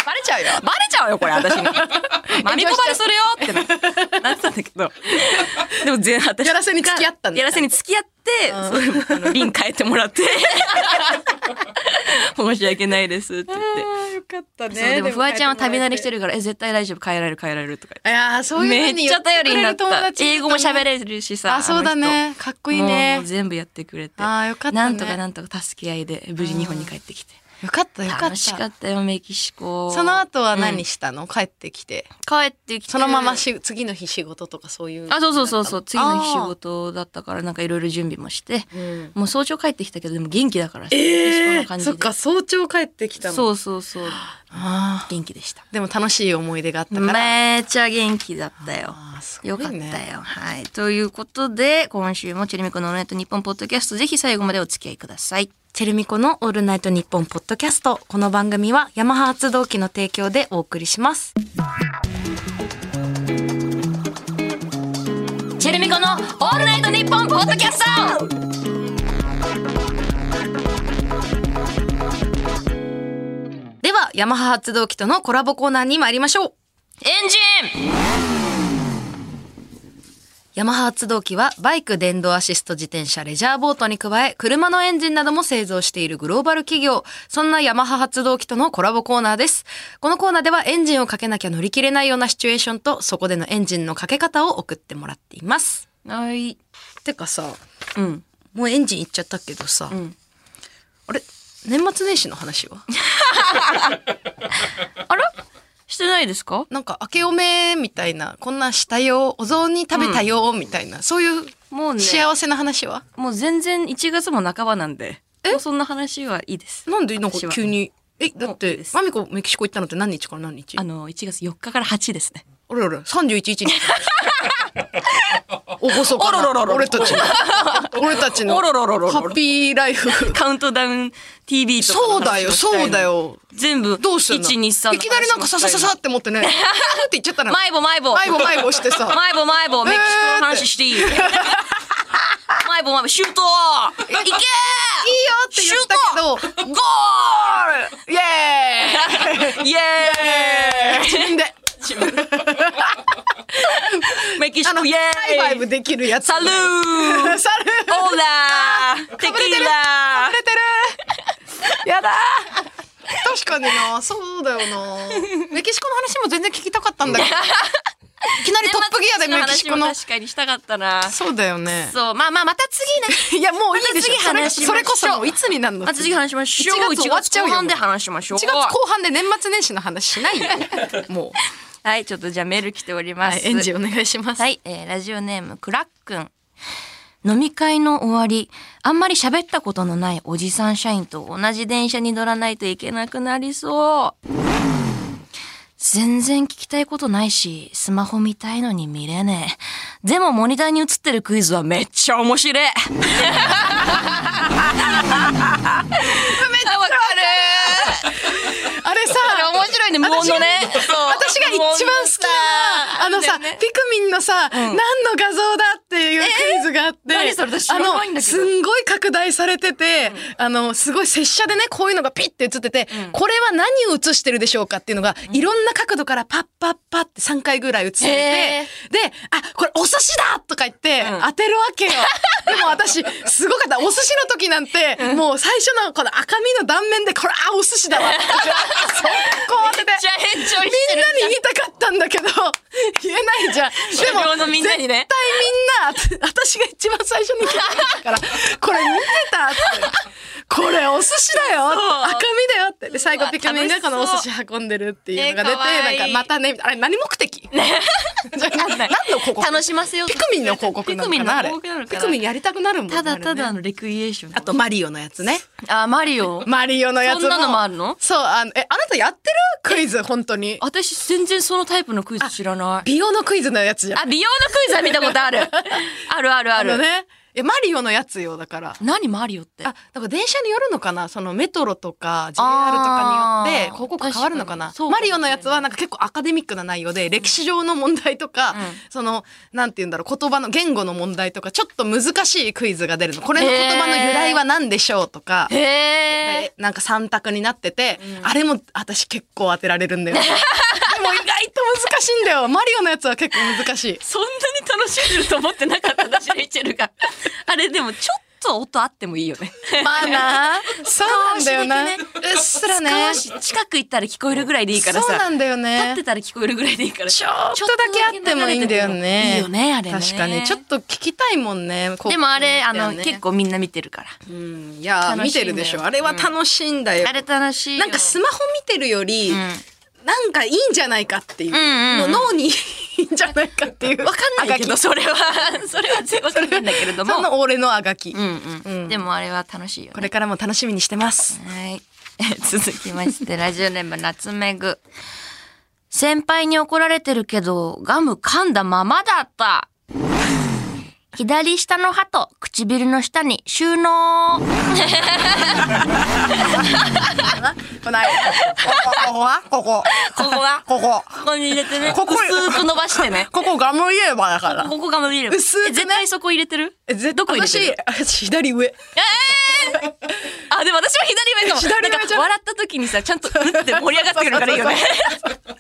C: バレちゃうよ。
B: ちゃうよ、これ、私 に。マミコバレするよってななってたんだけど。でも全、私
C: やらせに付き合ったんだ
B: やらせに付き合って、そうあの、瓶変えてもらって。 申し訳ないですって言って。
C: よかったね。
B: そうでもフワちゃんは旅慣れして
C: る。
B: るから「え絶対大丈夫変えられる変えられる」とか
C: いやーそういう
B: め
C: 風
B: っ
C: に
B: ち
C: 言
B: ゃ
C: って
B: 頼
C: く
B: りに
C: れ
B: な
C: る
B: っ
C: 友
B: た
C: 達
B: 英語も喋
C: る。
B: れるしさ
C: あそうだね。かっこ
B: あの
C: いい
B: 人も
C: ね
B: う。全部やってくれて
C: あーよかったね
B: なんとかなんとか助け合いで無事日本に帰ってきて
C: よかったよかっ
B: 楽しか
C: た。
B: ったよメキシコ
C: その後は
B: うん
C: 何したの？帰ってきて。
B: 帰ってきて
C: そのままし次の日仕事とかそういう。
B: あそうそうそうそう次の日仕事だったからなんかいろいろ準備もして
C: うん。
B: もう早朝帰ってきたけどでも元気だからさメキシコ
C: え
B: の
C: え
B: 感じで
C: そっか早朝帰ってきたの。
B: そうそうそう
C: あー
B: 元気でした
C: でも楽しい思い出があったから。
B: めっちゃ元気だったよ
C: あーすごい
B: よかったよ。
C: ね
B: はい。ということで、今週もチェルミコのオールナイトニッポンポッドキャスト、ぜひ最後までお付き合いください。
D: チェルミコのオールナイトニッポンポッドキャスト。この番組はヤマハ発動機の提供でお送りします。
B: チェルミコのオールナイトニッポンポッドキャスト
D: では、ヤマハ発動機とのコラボコーナーに参りましょう。
B: エンジン
D: ヤマハ発動機はバイク、電動アシスト自転車、レジャーボートに加え、車のエンジンなども製造しているグローバル企業。そんなヤマハ発動機とのコラボコーナーです。このコーナーではエンジンをかけなきゃ乗り切れないようなシチュエーションと、そこでのエンジンのかけ方を送ってもらっています。
B: はい。
D: てかさ、
B: うん。
D: もうエンジンいっちゃったけどさ、
B: ん
D: あれ年末年始の話は
B: あらしてないですか
C: なんか明けおめみたいなこんなんしたよお雑煮食べたよみたいな、そういう
B: もうね、
C: 幸せな話は、
B: もう全然1月も半ばなんで、えそんな話はいいです。
D: なんでなん
B: 私
D: か
B: は
D: 急にえだっ
B: もういい
D: て
B: です
D: マミコメキシコ行ったのって何日から何日
B: あ
D: あ
B: の、1月4日から8ですね。
D: れあれ31日
C: おごそか
B: おろろろ
C: な
B: ろ
C: 俺たち の俺たちの
B: おろろろろろ
C: ハッピーライフ
B: カウントダウン TV とかの話
C: そうだよ
B: をしたいの
C: そうだ。よ
B: 全部、
C: どうすんの
B: 1、2、3。
C: いきなりなんかささささって思っ てねふーって言っちゃったの
B: 迷子迷子。
C: 迷子迷子してさ
B: マイボマイボメキシコの話 していい、マイボマイボシュートいけーいいよ
C: いいよって言ったけど
B: ゴ
C: イエ
B: ールイエ
C: ーイ自分で
B: ーイメキ
C: あ
B: シ
C: の
B: コイエ
C: ハイファイ
B: ーイ
C: ブできるやつ
B: サルー
C: サルー
B: オーラ ーテキーラ
C: 出てるやだ確かになそうだよなメキシコの話も全然聞きたかったんだけどいきなり
B: ー
C: トップギアでメキシコの
B: 年末年始話も確かにしたかったな
C: そうだよね
B: そうまあまあまた次ね
C: いやもういいでしょ
B: また次話しましょ
C: それ
B: う
C: それこそもういつになるの
B: また次話しましょう
C: 1月終わっちゃうよ
B: 1月後半で話しましょう
C: 1月後半で年末年始の話しないよも
B: はいちょっとじゃあメール来ており
C: う、
B: ます、
C: エンジンお願いします、
B: はい、えーラジオネームクラックン。飲み会の終わり、あんまり喋ったことのないおじさん社員と同じ電車に乗らないといけなくなりそう。全然聞きたいことないし、スマホ見たいのに見れねえ。でもモニターに映ってるクイズはめっちゃ面白い。 めっちゃわか
C: あれさ
B: る。面白いね、無音のね。
C: 私が一番好きなあのさ、ピクミンのさ、何の画像だっていうクイズがあって、
B: 何それ私知らないんだけど
C: あのすんごい拡大されてて、あのすごい拙者でねこういうのがピッて映ってて、これは何を映してるでしょうかっていうのが、いろんな角度からパッパッパって3回ぐらい映ってて、
B: へ
C: であこれお寿司だとか言って
B: うん
C: 当てるわけ よ。でも私すごかったお寿司の時なんて、もう最初のこの赤身の断面でこれあお寿司 だわって速攻当てて
B: じゃあ返事をしてる。
C: みんなに言いたかったんだけど、言えないじゃん。で
B: 車両のみんなにね
C: 絶対みんな、私が一番最初に聞 いたから、これ見てたって。これお寿司だよ赤身だよって。で、最後ピクミンがこのお寿司運んでるっていうのが出て、
B: うわ楽しそう
C: な
B: えーかわ
C: んか
B: いい
C: またね、あれ何目的何の広告
B: 楽しませようと
C: ピクミンの広告なのかなあれ
B: ピクミンの広告なのか
C: ピ
B: な
C: クミンやりたくなるもん
B: ただただ
C: あれね
B: のレクリエーション。
C: あとマリオのやつね。
B: あ、マリ オ。
C: マリオのやつも。
B: そんなのもあるの
C: そう、あの、え、あなたやってるクイズ、本当に。
B: 私全然そのタイプのクイズ知らない。
C: 美容のクイズのやつじゃん
B: あ、美容のクイズは見たことある。あるあるあ
C: あの
B: る。
C: ね、やマリオのやつよだから
B: 何マリオって。
C: あ、だから電車によるのかなそのメトロとか JR とかによって
B: あー
C: 広告変わるのかな
B: 確かにそうかもしれない
C: マリオのやつはなんか結構アカデミックな内容で、歴史上の問題とか、その、なんて言うんだろう、言葉の、言語の問題とか、ちょっと難しいクイズが出るの。これの言葉の由来は何でしょうとか、
B: へえ。
C: でなんか三択になってて、あれも私結構当てられるんだよ。 でも意外と難しいんだよ。マリオのやつは結構難しい。
B: そんなに楽しんでると思ってなかった私レイチェルが。あれでもちょっと音あってもいいよ ね。
C: まあな、そうなんだよな。
B: 少しだけね
C: うっすらね。
B: 少し近く行ったら聞こえるぐらいでいいからさ。
C: そうなんだよね。
B: 立ってたら聞こえるぐらいでいいから。
C: ちょっとだけあってもいいんだよね。
B: いいよねあれね。
C: 確かに。ちょっと聞きたいもんね。
B: でもあれ、あの、結
C: 構。
B: 構みんな見てるから。
C: うんいやー、
B: 楽
C: 見
B: しい
C: て
B: んだよ
C: るでしょ。あれは楽しいんだよ。
B: あれ楽しいよ。
C: なんかスマホ見てるより、なんかいいんじゃないかっていう。
B: んうんうん
C: の脳にいいんじゃないかっていう。
B: わかんないけど、
C: あがき
B: それは、 それは全然わかんないんだけれども
C: そ。の俺のあがき。
B: うんうん。でもあれは楽しいよ
C: こ
B: ね。
C: れからも楽しみにしてます。
B: はい。 続きまして、ラジオネーム、夏めぐ。先輩に怒られてるけど、ガム噛んだままだった。左下の歯と唇の下に収納。
C: この間、ここはここ。
B: ここは、こ
C: ここ。
B: こに入れてね。
C: ここ
B: 薄く伸ばしてね。
C: ここガム入れ歯だから。
B: ここガム入れる。
C: 薄くね
B: え絶対そこ入れてる
C: え絶
B: どこ入れてる
C: 私、私左上。
B: あ、でも私は左上かも。
C: 左上
B: なん
C: じ
B: か
C: ゃん
B: 笑った時にさ、ちゃんとうって盛り上がってくるからいいよね。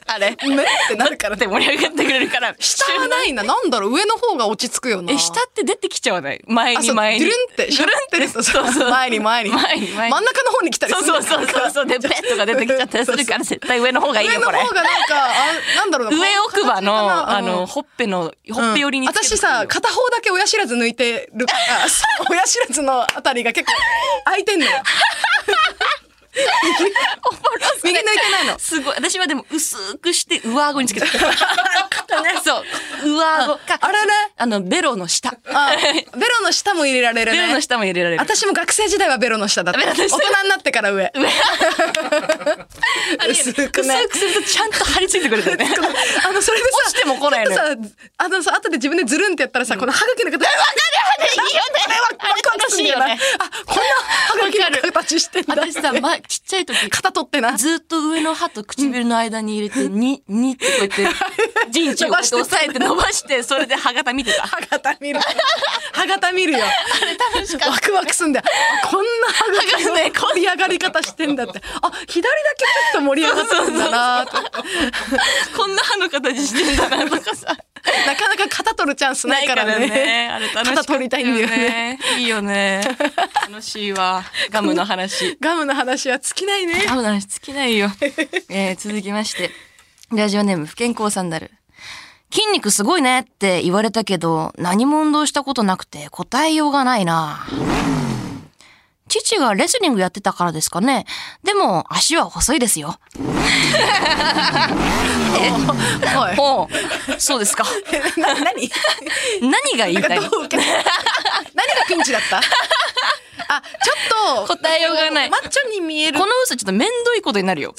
B: あれ。
C: ねってなるから
B: っ。て盛り上がってくれるから。
C: 下はな いな。なんだろう、上の方が落ち着くよな。
B: え、下って出てきちゃわない前
C: あ、
B: に
C: そう、
B: 前に。
C: ドゥルンって、シュルンってです。そう
B: そうそう
C: 前に前に。
B: 前に前に
C: 真ん中の方に来たり
B: そう
C: する
B: そ
C: ん
B: う
C: だ
B: そうそうそう。で、ペットが出てきちゃったりするから、絶対上の方がいい
C: 上
B: よ、
C: の
B: これ。
C: 方がなんか、あなんだろうな
B: 上奥歯
C: こういう形か
B: の、
C: な
B: あ
C: う
B: の、
C: ん
B: ほっぺの、ほっぺ寄りにつけてくる
C: 私さ、片方だけ親知らず抜いて るから、そう親知らずのあたりが結構空いて んのよ。右抜いてないの。
B: すごい。私はでも薄くして上顎につけた。 そう。上顎か。
C: あれね
B: あの、ベロの下。
C: あベロの下も入れられる
B: ベ
C: ね。
B: ロの下も入れられる。
C: 私も学生時代はベロの下だった。
B: ベロ
C: 大
B: の下
C: 人になってから 上。
B: あれ
C: 薄くね
B: 薄くするとちゃんと張り付いてくれ てるね。
C: あの、それでさ、
B: 落ちても来ないのよ
C: ちょっとさ、あのさ、後で自分でズルンってやったらさ、この歯茎の形、わかる
B: あれ楽しいよね。
C: あ、こんな歯茎の形してんだ。
B: 私さ、 ま、ちっちゃい時、
C: 肩取ってな。
B: ずっと上の歯と唇の間に入れて、に、にってこうやって、陣地をこうやって押さえて伸ばして、それで歯型見てた。
C: 歯型見る。歯型見るよ。ワクワクすんだよ。あこんな歯
B: 歯
C: 茎
B: が
C: の
B: ねこん
C: 盛り上がり方してんだって。あ、左だけちょっと盛り上がったんだなと
B: こんな歯の形してんだなとかさ。
C: なかなか肩取るチャンスないから
B: ないから
C: ね。
B: ねあれ楽しかったよね
C: 肩取りたいんだよね。。
B: いいよね。楽しいわ。ガムの話。
C: ガムの話は尽きないね。
B: ガムの話尽きないよ。 えー続きまして。ラジオネーム、不健康サンダル。筋肉すごいねって言われたけど、何も運動したことなくて答えようがないな。父がレスリングやってたからですかね。でも、足は細いです よ。
C: はい。
B: ほう。そうですか。
C: な、何
B: 何が言い
C: なん
B: たい
C: か
B: の
C: どう受け 何がピンチだったあ、ちょっと。
B: 答えようがない
C: マッチョに見える。
B: この嘘ちょっとめんどいことになるよ。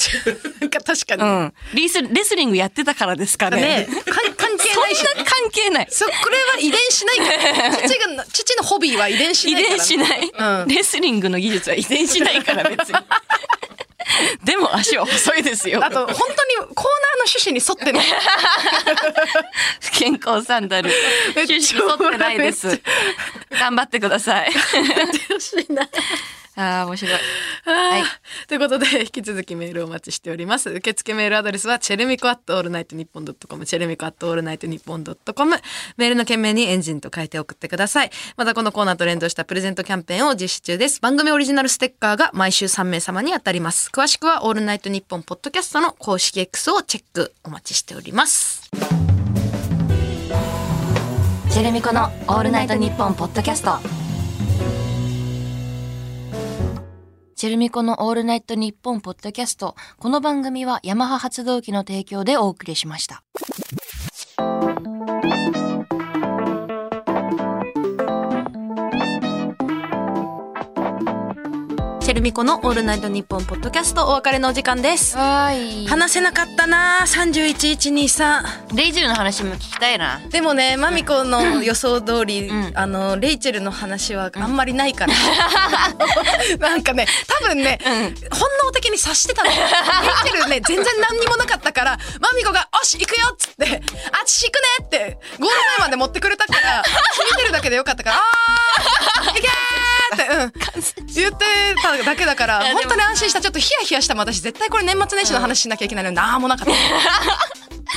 C: なんか確かに。
B: うん。リス、レスリングやってたからですかね。
C: ねか 関係
B: そん
C: ないし。
B: な関係ない。
C: そこれは遺伝しないから。 父が、父のホビーは遺伝し
B: 遺
C: ないから。
B: 伝しない、
C: うん
B: レスリングの技術は遺伝しないから別に。 でも足は細いですよ
C: あ。と、本当にコーナーの趣旨に 沿ってない。
B: 健康サンダル。
C: めっち
B: 趣
C: ゃ
B: 旨に沿ってないで
C: め
B: す
C: っ。
B: 頑張ってください。
C: しいな。
B: ああ、面白い。
C: はい。 ということで、引き続きメールをお待ちしております。受付メールアドレスは、チェルミコアットオールナイトニッポンドットコム、チェルミコアットオールナイトニッポンドットコム。メールの件名にエンジンと書いて送ってください。またこのコーナーと連動したプレゼントキャンペーンを実施中です。番組オリジナルステッカーが毎週3名様に当たります。詳しくは、オールナイトニッポンポッドキャストの公式 X をチェックお待ちしております。
B: ジェレミコのオールナイトニッポンポッドキャスト。ジェルミコのオールナイトニッポンポッドキャスト。この番組はヤマハ発動機の提供でお送りしました。ジェ
C: チェルミコのオールナイトニッポンポッドキャストお別れのお時間です。
B: はい
C: 話せなかったな311123。
B: レイジルの話も聞きたいな。
C: でもね、マミコの予想通り、
B: ん
C: あの、レイチェルの話はあんまりないから。なんかね、多分ね、本能的に察してたの。レイチェルね、全然何にもなかったから、マミコが、おし、行くよっつって、あっち行くねって、ゴール前まで持ってくれたから、見てるだけでよかったから、あー、行けーって、うん、言ってただけだから、本当に安心した。ちょっとヒヤヒヤしたもん私、絶対これ年末年始の話しなきゃいけないのに、なんもなかった。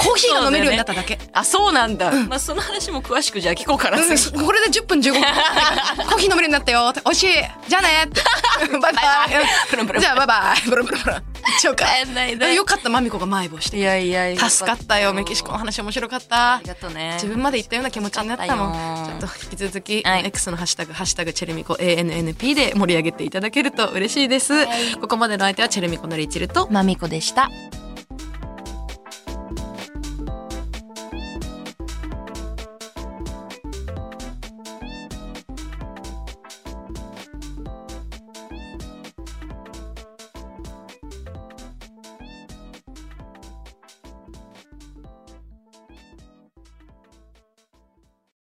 C: コーヒーが飲めるようになっただけ。
B: あ、そうなんだ。まあ、その話も詳しくじゃあ聞こうか な。
C: うんこれで10分15 分コーヒー飲めるようになったよ美味しいじゃあねってバイ
B: ブルンブ
C: バ
B: ル
C: イ
B: ン
C: じゃあバイバイブルンブルンブルン一応か
B: 帰んないで
C: よかったマミコが迷子して
B: いやいや
C: 助かったよメキシコの話面白かった
B: ありがとうね。
C: 自分まで言ったような気持ちになったも
B: 助か
C: ん
B: ったよ
C: ちょっと引き続き、
B: はい
C: X のハッシュタグ「ハッシュタグチェルミコ ANNP」で盛り上げていただけると嬉しいです、ここまでの相手はチェルミコのレイチェルと
B: まみこでした。